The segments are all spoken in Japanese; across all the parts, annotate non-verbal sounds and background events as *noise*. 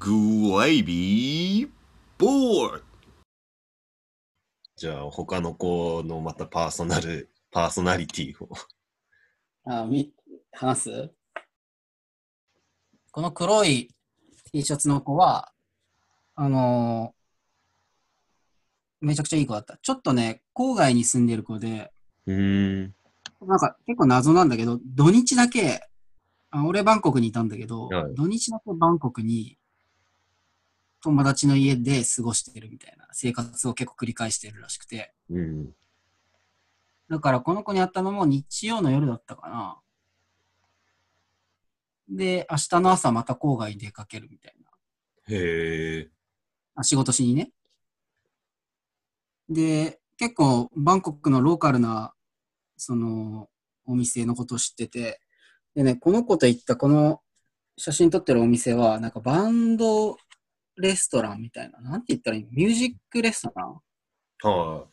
グレイビーボールじゃあ、他の子のまたパーソナル、パーソナリティを。あみ話すこの黒い T シャツの子は、あのーめちゃくちゃいい子だった。ちょっとね、郊外に住んでる子で、うーん。なんか結構謎なんだけど、土日だけ、あ俺バンコクにいたんだけど、はい土日だけバンコクに友達の家で過ごしてるみたいな生活を結構繰り返してるらしくて、うん。だからこの子に会ったのも日曜の夜だったかな。で、明日の朝また郊外に出かけるみたいな。へえ。あ仕事しにね。で、結構バンコクのローカルな、その、お店のことを知ってて、でね、この子と行ったこの写真撮ってるお店は、なんかバンドレストランみたいな、なんて言ったらいいのミュージックレストランは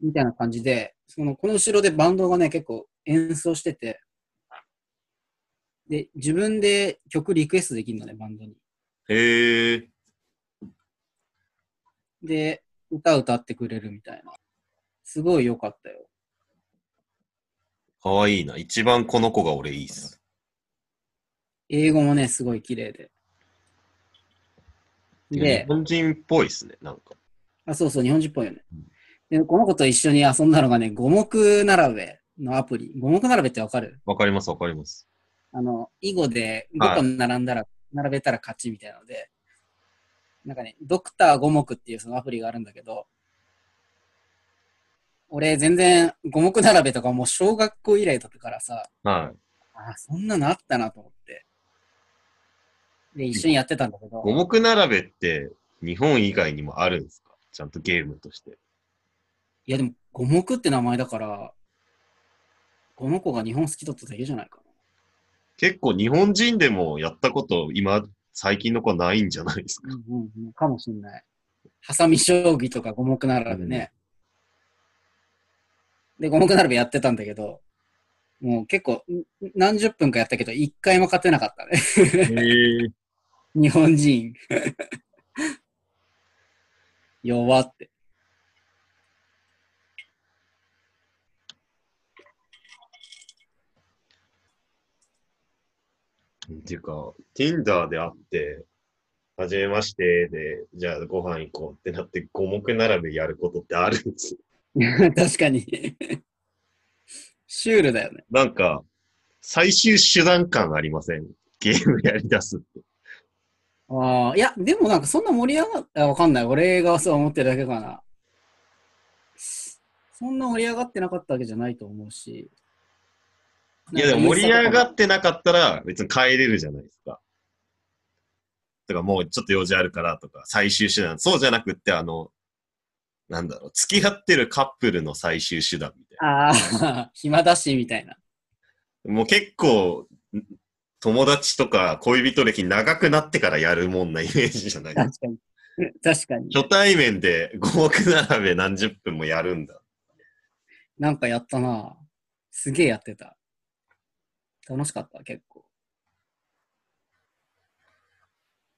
みたいな感じで、その、この後ろでバンドがね、結構演奏してて、で、自分で曲リクエストできるのね、バンドに。い。へえ。で、歌歌ってくれるみたいな。すごい良かったよ。かわいいな。一番この子が俺いいっす。英語もね、すごい綺麗で。日で、本人っぽいっすね、なんか。あ、そうそう、日本人っぽいよね。で、この子と一緒に遊んだのがね、五目並べのアプリ。五目並べってわかるわかります、わかります。あの、囲碁ではい5個並んだら、並べたら勝ちみたいなので、なんかね、ドクター五目っていうそのアプリがあるんだけど、俺全然五目並べとかもう小学校以来だったからさ、はい。あ、そんなのあったなと思って。で、一緒にやってたんだけど、五目並べって日本以外にもあるんですかちゃんとゲームとして。いやでも五目って名前だから、この子が日本好きだっただけじゃないかな。結構日本人でもやったこと今、最近の子はないんじゃないです *laughs* か。うんうんうん、かもしんない。ハサミ将棋とか五目並べね。で、五目並べやってたんだけど、もう結構、ん何十分かやったけど、一回も勝てなかったね。 *laughs* へえ。日本人。 *laughs* 弱って。 *laughs* っていうか、Tinder で会って、はじめましてで、じゃあご飯行こうってなって、五目並べやることってあるんです。確かに。シュールだよね。なんか、最終手段感ありませんゲームやり出すって。ああ、いや、でもなんかそんな盛り上がった、わかんない。俺がそう思ってるだけかな。そんな盛り上がってなかったわけじゃないと思うし。いやでも盛り上がっってなかったら別に帰れるじゃないですか。とかもうちょっと用事あるからとか、最終手段。そうじゃなくって、あの、なんだろう、付き合ってるカップルの最終手段みたいああ、 *laughs* 暇だし、みた *laughs* いな。な。もう結構、ん友達とか恋人歴長くなってからやるもんなイメージじゃ *laughs* ないですか確かに。確かに。初対面で5億並べ何十分もやるんだ。なんかやったな。すげえやってた。楽しかった、結構。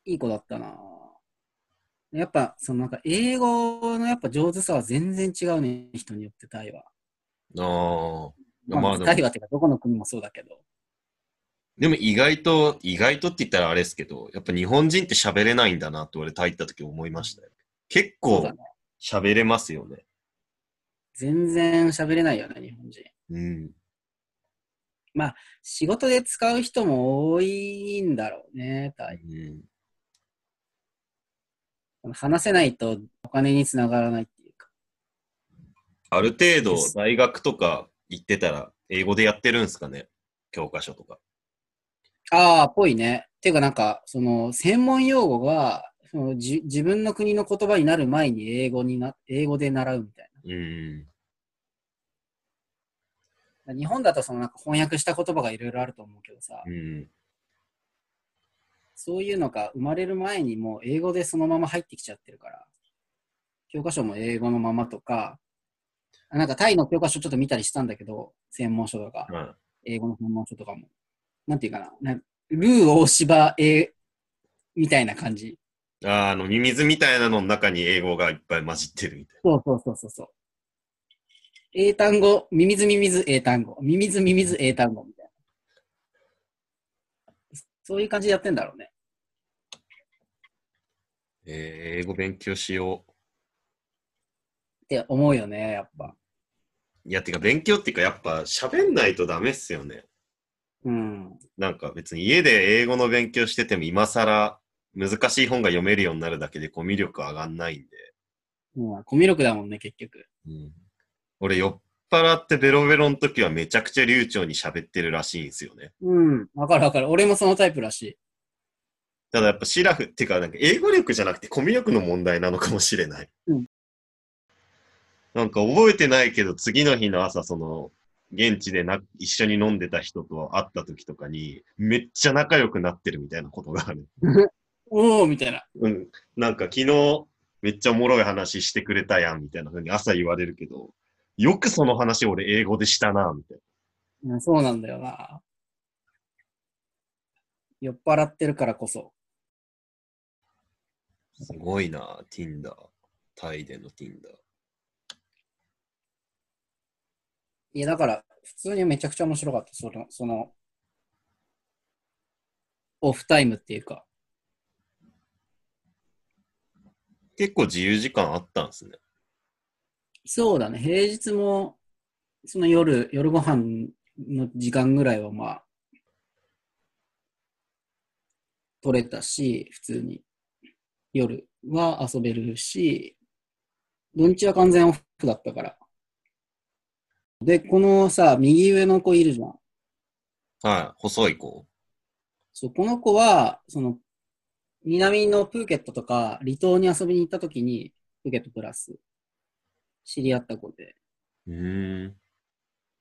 いい子だったな。やっぱ、そのなんか英語のやっぱ上手さは全然違うね、人によってタイは。ああ。ままあ、あタでイも、はてかどこの国もそうだけど。でも意外と、意外とって言ったらあれですけど、やっぱ日本人って喋れないんだなって俺タイ行った時思いましたよ。結そう構だね。喋れますよね。全然喋れないよね、日本人。うん。仕事で使う人も多いんだろうね、タイ。うん話せないとお金につながらないっていうか。ある程度大学とか行ってたら英語でやってるんですかね教科書とか。ああ、ぽいね。っていうかなんか、その、専門用語が、そのじ自分の国の言葉になる前に英語にな、英語で習うみたいうん。な。日本だとそのなんか翻訳した言葉がいろいろあると思うけどさ、うん。そういうのが生まれる前にもう英語でそのまま入ってきちゃってるから、教科書も英語のままとか、あなんかタイの教科書ちょっと見たりしたんだけど、専門書とか、は英語の専門書とかも。なんていうかな、なんルー大芝英みたいな感じ。あーあの、ミミズみたいなのの中に英語がいっぱい混じってるみたいそうそうそうそうそう。英単語、ミミズミミズ英単語、ミミズミミズ英単語みたいな。そういう感じでやってんだろうね。な。えー、英語勉強しよって思うよね、やっぱ。う。いや、てか勉強っていうかやっぱ喋んないとダメっすよね。うん。なんか別に家で英語の勉強してても今更難しい本が読めるようになるだけでコミュ力上がんないんで。もうコミュ力だもんね、結局。うん、俺酔っ払ってベロベロの時はめちゃくちゃ流暢に喋ってるらしいんですよね。うん。わかるわかる。俺もそのタイプらしい。ただやっぱシラフっていうか、なんか英語力じゃなくてコミュ力の問題なのかもしれない。うんなんか覚えてないけど、次の日の朝、その、現地でな一緒に飲んでた人と会った時とかに、めっちゃ仲良くなってるみたいなことがある。 *laughs* おおみたいな。うん。なんか昨日、めっちゃおもろい話してくれたやん、みたいな風に朝言われるけど、よくその話俺英語でしたな、みたいうんそうなんだよな。酔っ払ってるからこそ。な。すごいな、Tinder。タイでの Tinder。いや、だから、普通にめちゃくちゃ面白かった。その、その、オフタイムっていうか。結構自由時間あったんですね。そうだね。平日も、その夜、夜ご飯の時間ぐらいはまあ、取れたし、普通に夜は遊べるし、土日は完全オフだったから。で、このさ、右上の子いるじゃん。はい、細い子。そう、この子は、その、南のプーケットとか、離島に遊びに行った時に、プーケットプラス、知り合った子で。うーん。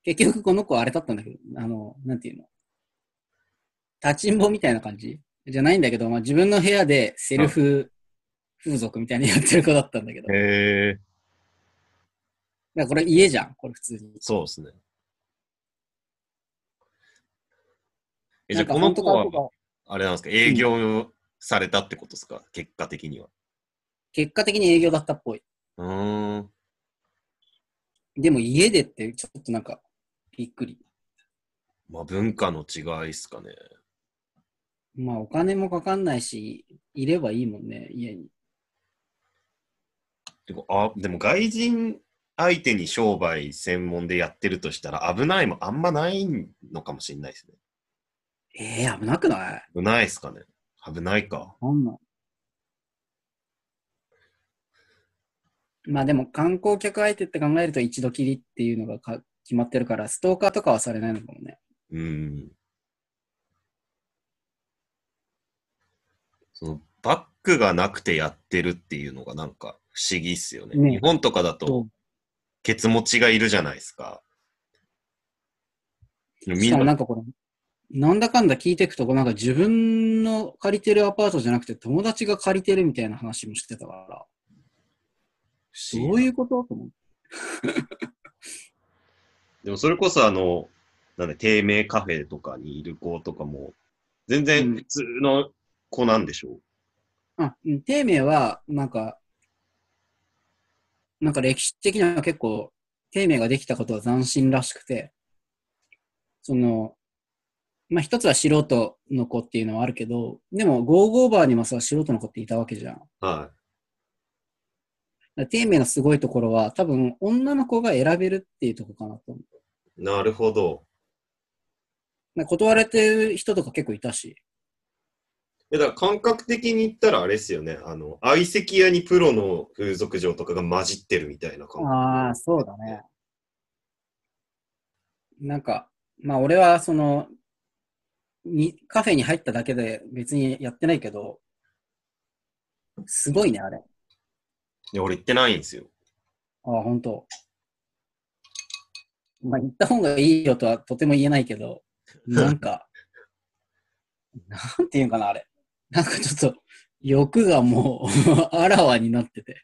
結局この子はあれだったんだけど、あの、なんていうの。立ちんぼみたいな感じじゃないんだけど、まあ自分の部屋でセルフ風俗みたいにやってる子だったんだけど。だへかえ、らこれ家じゃん、これ普通に。そうですね。え、じゃなんあかこの本当子かはどう、かあれなんですか、営業されたってことですか、結果的には。結果的に営業だったっぽい。うーん。でも家でってちょっとなんかびっくり。まあ文化の違いですかね。まあお金もかかんないし、いればいいもんね、家に。でも、あ、でも外人相手に商売専門でやってるとしたら危ないもあんまないのかもしれないですね。ええー、危なくない危ないですかね。危ないか。あんのまあでも観光客相手って考えると一度きりっていうのがか決まってるから、ストーカーとかはされないのかもね。うん。そのバックがなくてやってるっていうのがなんか不思議っすよね。ね日本とかだとケツ持ちがいるじゃないですか。みしかもんなな、んかこれ、なんだかんだ聞いていくと、なんか自分の借りてるアパートじゃなくて友達が借りてるみたいな話もしてたから、不ど思う議いうことと思う。でもそれこそあの、なんで、低迷カフェとかにいる子とかも、全うん然普通の子なんでしょう、あ、うん、丁明は、なんか、なんか歴史的には結構、丁明ができたことは斬新らしくて、その、まあ一つは素人の子っていうのはあるけど、でも、ゴーゴーバーにもさ、素人の子っていたわけじゃん。だかはら丁明のすごいところは、多分、女の子が選べるっていうところかなと思う。い。なるほど。なんか断れてる人とか結構いたし、えだから感覚的に言ったらあれですよね。あの、相席屋にプロの風俗嬢とかが混じってるみたいな感覚。ああ、そうだね。なんか、まあ俺はその、にカフェに入っただけで別にやってないけど、すごいね、あれ。いや、俺行ってないんですよ。ああ、本当。まあ行った方がいいよとはとても言えないけど、なんか、なんていうんかな、あれ。なんかちょっと、欲がもう *laughs* あらわになってて。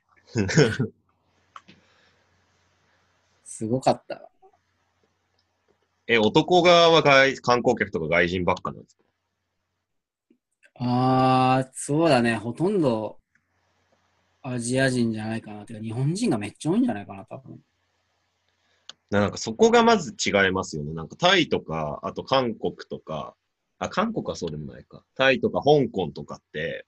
すごかった。え、男側は外観光客とか外人ばっかなんですかああ、そうだね。ほとんどアジア人じゃないかな。てか、日本人がめっちゃ多いんじゃないかな、多分。なんかそこがまず違いますよね。なんかタイとか、あと韓国とか、あ、韓国はそうでもないか。タイとか香港とかって、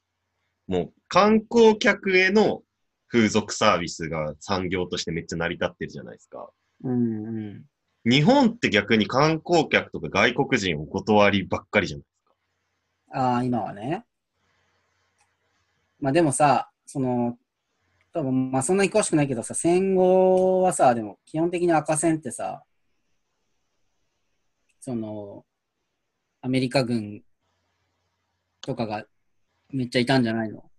もう観光客への風俗サービスが産業としてめっちゃ成り立ってるじゃないですか。うんうん。日本って逆に観光客とか外国人お断りばっかりじゃないですか。ああ、今はね。まあでもさ、その、多分まあそんなに詳しくないけどさ、戦後はさ、でも基本的に赤線ってさ、その、アメリカ軍とかがめっちゃいたんじゃないの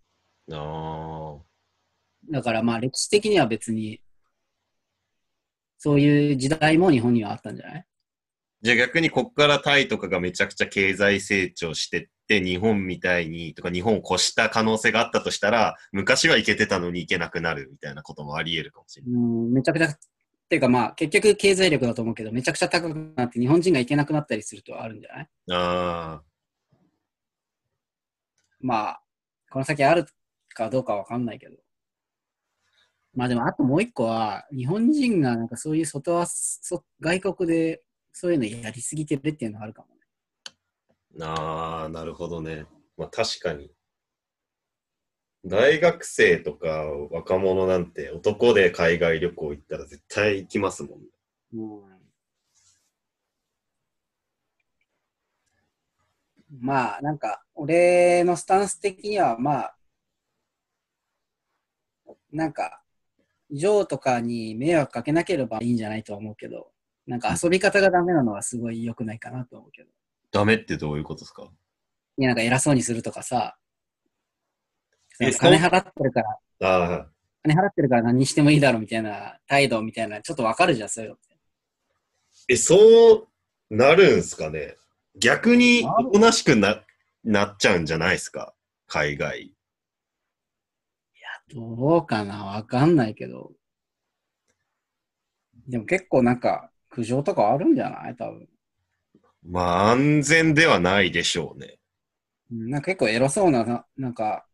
あだからまあ歴史的には別に、そういう時代も日本にはあったんじゃないじゃあ逆にこっからタイとかがめちゃくちゃ経済成長してって、日本みたいにとか日本を越した可能性があったとしたら、昔は行けてたのに行けなくなるみたいなこともあり得るかもしれない。うん、めちゃくちゃ、っていうかまあ結局経済力だと思うけど、めちゃくちゃ高くなって日本人が行けなくなったりするとはあるんじゃないああ、まあ、この先あるかどうかわかんないけど。まあでもあともう一個は、日本人がなんかそういう外は、そ外国でそういうのやりすぎてるっていうのはあるかもね。ああ、なるほどね。まあ確かに。大学生とか若者なんて男で海外旅行行ったら絶対行きますもんね。まあなんか俺のスタンス的にはまあなんかジョーとかに迷惑かけなければいいんじゃないとは思うけどなんか遊び方がダメなのはすごい良くないかなと思うけどダメってどういうことですかいやなんか偉そうにするとかさえ金払ってるからああ、金払ってるから何してもいいだろみたいな態度みたいなちょっとわかるじゃんそういうのってえ、そうなるんすかね逆になるおとなしくななっちゃうんじゃないですか海外。どうかなわかんないけど。でも結構なんか苦情とかあるんじゃない多分。まあ安全ではないでしょうね。うんなんか結構偉そうなな、なんか、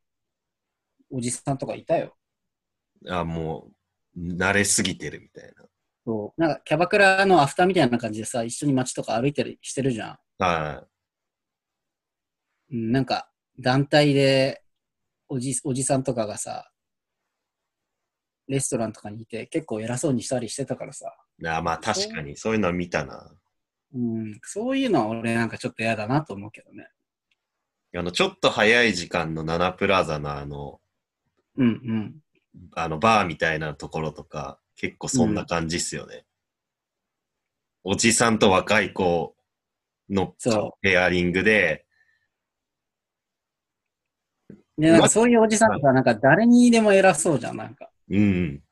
おじさんとかいたよ。あもう慣れすぎてるみたいそう。なんかキャバクラのアフターみたいな感じでさ、一緒に街とか歩いてる、してるじゃん。な。あうん、なんか団体でおじ、おじさんとかがさ、レストランとかにいて結構偉そうにしたりしてたからさ。ああまあ確かにそういうのは見たな。うん、そういうのは俺なんかちょっと嫌だなと思うけどね。あの、ちょっと早い時間のナナプラザのあの、うんうん。あのバーみたいなところとか、結構そんな感じっすよね。おじさんと若い子のそペアリングで、で、なんかそういうおじさんとか、なんか誰にでも偉そうじゃん、なんか。うん、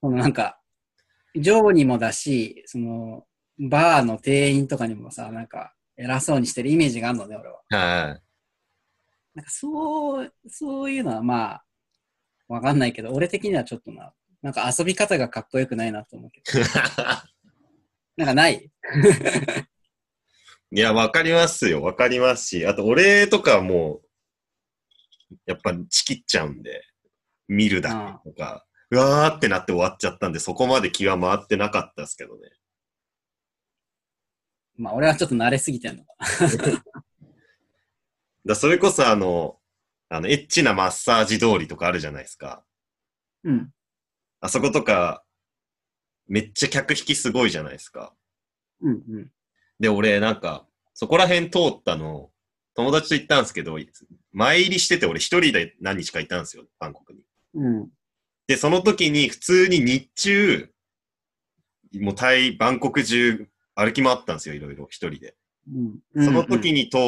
そのなんか、女王にもだし、その、バーの店員とかにもさ、なんか、偉そうにしてるイメージがあるのね、俺は。はい。なんか、そう、そういうのはまあ、わかんないけど、俺的にはちょっとな、なんか遊び方がかっこよくないなと思うけど。なんかな *laughs* いいや、わかりますよ。わかりますし、あと俺とかもう、やっぱチキっちゃうんで、見るだけとか、うわーってなって終わっちゃったんで、そこまで気は回ってなかったですけどね。まあ、俺はちょっと慣れすぎてんのか。だそれこそあの、あの、エッチなマッサージ通りとかあるじゃないですか。うん。あそことか、めっちゃ客引きすごいじゃないですか。うんうん。で、俺、なんか、そこら辺通ったの、友達と行ったんですけど、前入りしてて、俺一人で何日かいたんですよ、韓国に。うん。で、その時に普通に日中、もうタイ、バンコク中歩き回ったんですよ、いろいろ、一人で。うん。その時に通っ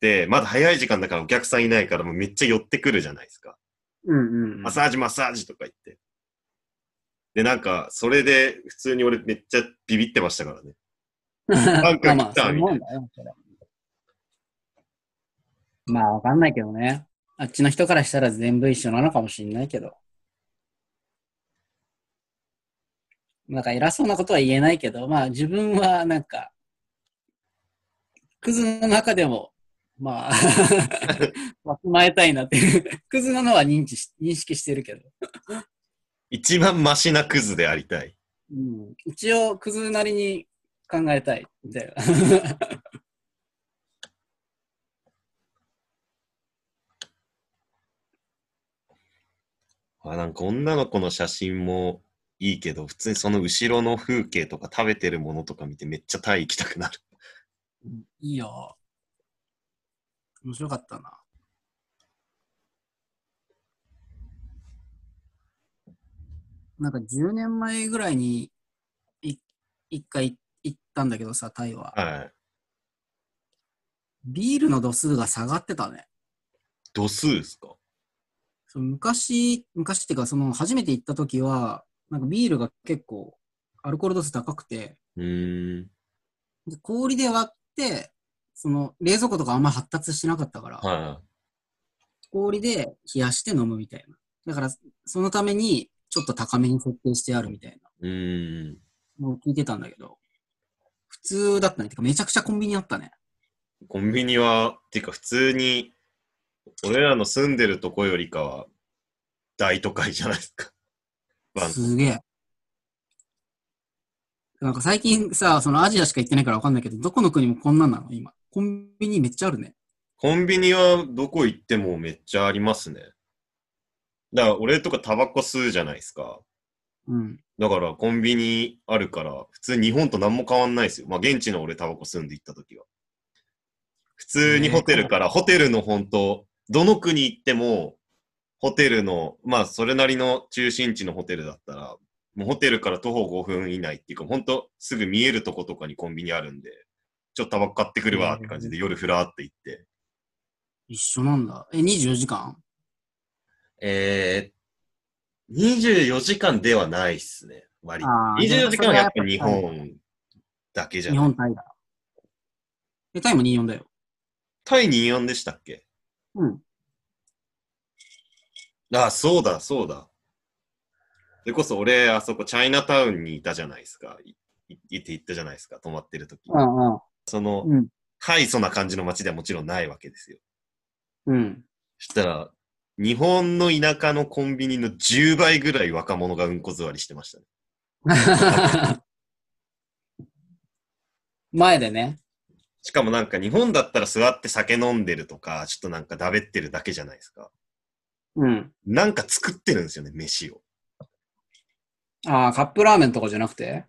て、まだ早い時間だからお客さんいないから、もうめっちゃ寄ってくるじゃないですか。うんうんうん。マッサージマッサージとか言って。で、なんか、それで、普通に俺めっちゃビビってましたからね。なんか来たまあまあ、そういうもんだよ、それ。まあ、わかんないけどね。あっちの人からしたら全部一緒なのかもしれないけど。なんか偉そうなことは言えないけど、まあ自分はなんか、クズの中でもまあ、わきまえたいなっていう。クズなのは認知し認識してるけど。一番マシなクズでありたい。うん、一応、クズなりに考えたい、みたいな。あなんか女の子の写真もいいけど、普通にその後ろの風景とか食べてるものとか見てめっちゃタイ行きたくなる。うんいいよ。面白かったな。なんか10年前ぐらいにい一回行ったんだけどさ、タイは。はい。ビールの度数が下がってたね。度数ですかその昔、昔っていうか、その初めて行った時は、なんかビールが結構アルコール度数高くて、うーん。で氷で割って、その冷蔵庫とかあんま発達してなかったから、は氷で冷やして飲むみたいな。だから、そのために、ちょっと高めに設定してあるみたいい。うーん。なのを聞いてたんだけど、普通だったね。てか、めちゃくちゃコンビニあったね。コンビニは、てか普通に、俺らの住んでるとこよりかは、大都会じゃないですか。 *laughs* バンすげえ。なんか最近さ、そのアジアしか行ってないからわかんないけど、どこの国もこんなんなの今。コンビニめっちゃあるね。コンビニはどこ行ってもめっちゃありますね。だから俺とかタバコ吸うじゃないですか。うん。だからコンビニあるから、普通日本と何も変わんないですよ。まあ現地の俺タバコ吸うんで行った時は。普通にホテルから、ホテルの本当、どの国行っても、ホテルの、まあそれなりの中心地のホテルだったら、もうホテルから徒歩5分以内っていうか、本当すぐ見えるとことかにコンビニあるんで、ちょっとタバコ買ってくるわって感じで夜ふらーって行って。一緒なんだ。え、24時間えー、24時間ではないっすね、割とあー24時間はやっぱ日本だけじゃ日ない。本、タイだ。え、タイも24だよ。タイ24でしたっけうん。あー、そうだ、そうだ。それこそ俺、あそこ、チャイナタウンにいたじゃないですか。いいいて行ったじゃないですか、泊まってる時。うんその、うん。大層な感じの街ではもちろんないわけですよ。うん。そしたら、日本の田舎のコンビニの10倍ぐらい若者がうんこ座りしてましたね。 *laughs* 前でね。しかもなんか日本だったら座って酒飲んでるとか、ちょっとなんかだべってるだけじゃないですか。うん。なんか作ってるんですよね、飯を。ああ、カップラーメンとかじゃなくて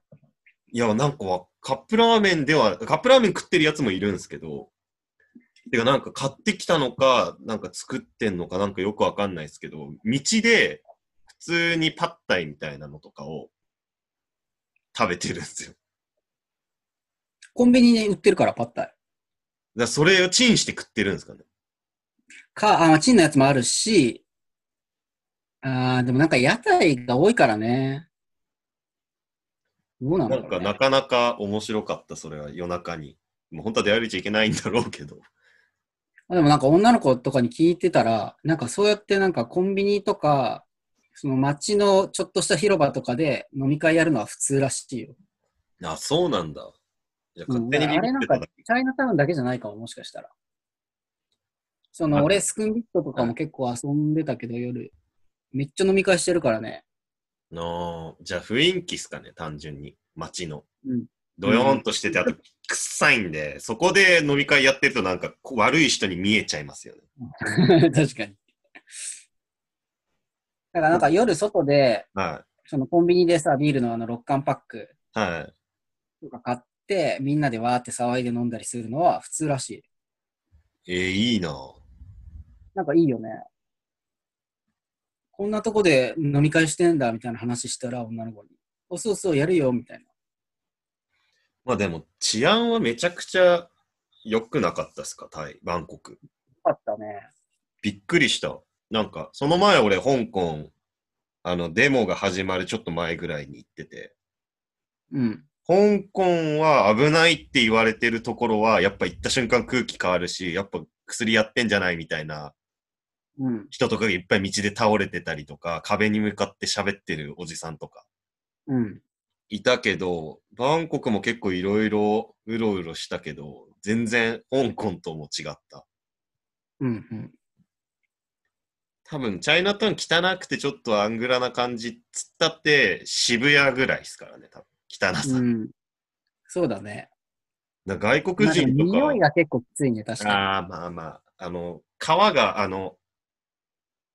いや、なんかわカップラーメンでは、カップラーメン食ってるやつもいるんですけど、てかなんか買ってきたのか、なんか作ってんのかなんかよくわかんないですけど、道で普通にパッタイみたいなのとかを食べてるんですよ。だかコンビニに売ってるから、パッタイ。らそれをチンして食ってるんですかね。か、あー、チンのやつもあるし、ああ、でもなんか屋台が多いからね。どうなんだなろんう、かね。なかなか面白かった、それは夜中に。もう本当は出歩いちゃいけないんだろうけど。でもなんか女の子とかに聞いてたら、なんかそうやってなんかコンビニとか、その街のちょっとした広場とかで飲み会やるのは普通らしいよ。あ、そうなんだ。じゃあうん、勝手だにかビビらあれっなんてかたチだャイナタウンだけじゃないかも、もしかしたら。そあの俺、スクンビットとかも結構遊んでたけど、夜。めっちゃ飲み会してるからね。 *laughs* のじゃあ雰囲気っすかね、単純に。街の。うんドヨーンとしてて、あと、臭いんで、そこで飲み会やってるとなんかこ悪い人に見えちゃいますよね。確かに。だからなんか夜外で、はそのコンビニでさ、ビールのあの6缶パックい。はい。とか買って、みんなでわーって騒いで飲んだりするのは普通らしい。えー、いいなぁなんかいいよね。こんなとこで飲み会してんだみたいな話したら女の子に。おそうそうやるよみたいな。まあでも、治安はめちゃくちゃ良くなかったっすか、タイ、バンコク。あったね。びっくりした。なんか、その前俺、香港、あの、デモが始まるちょっと前ぐらいに行ってて、うん。香港は危ないって言われてるところは、やっぱ行った瞬間空気変わるし、やっぱ薬やってんじゃないみたいなうん。人とかがいっぱい道で倒れてたりとか、壁に向かって喋ってるおじさんとかうん。いたけど、バンコクも結構いろいろうろうろしたけど、全然香港とも違った。うんうん。多分、チャイナタウン汚くてちょっとアングラな感じっつったって、渋谷ぐらいですからね、多分。汚さ。うん、そうだね。な外国人とか。なん匂いが結構きついね、確かああ、まあまあ。あの、皮が、あの、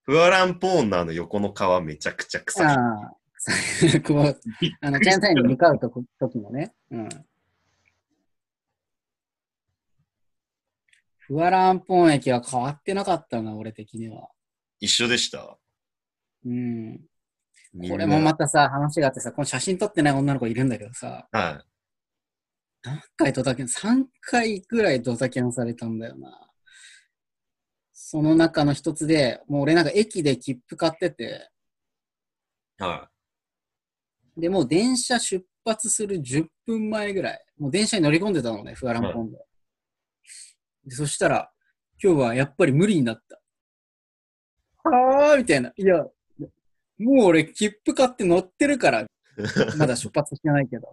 フアランポーンのあの横の皮めちゃくちゃに。臭い。ああ、臭いこう、あの、チェーンサインに向かうとこ時のね。うん。フアランポン駅は変わってなかったな、俺的には。一緒でした。うん。みんなこれもまたさ、話があってさ、この写真撮ってない女の子いるんだけどさ、は何回ドタキャン、3回ぐらいドタキャンされたんだよな。その中の一つで、もう俺なんか駅で切符買ってて、い。はで、もう電車出発する10分前ぐらい、もう電車に乗り込んでたのね、フアランポンで。でそしたら、今日はやっぱり無理になった。はーみたいな。いや、もう俺切符買って乗ってるから、まだ出発してないけど。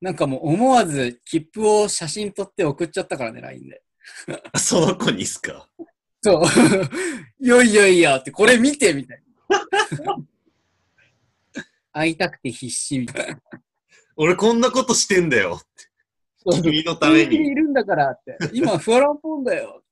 なんかもう思わず切符を写真撮って送っちゃったからね、LINE で。い。その子にっすかそう。 *laughs* いやいやいやって、これ見てみたいな。会いたくて必死みたいな。俺こんなことしてんだよ。君のため君に。いるんだからって。今、フアランポンだよ。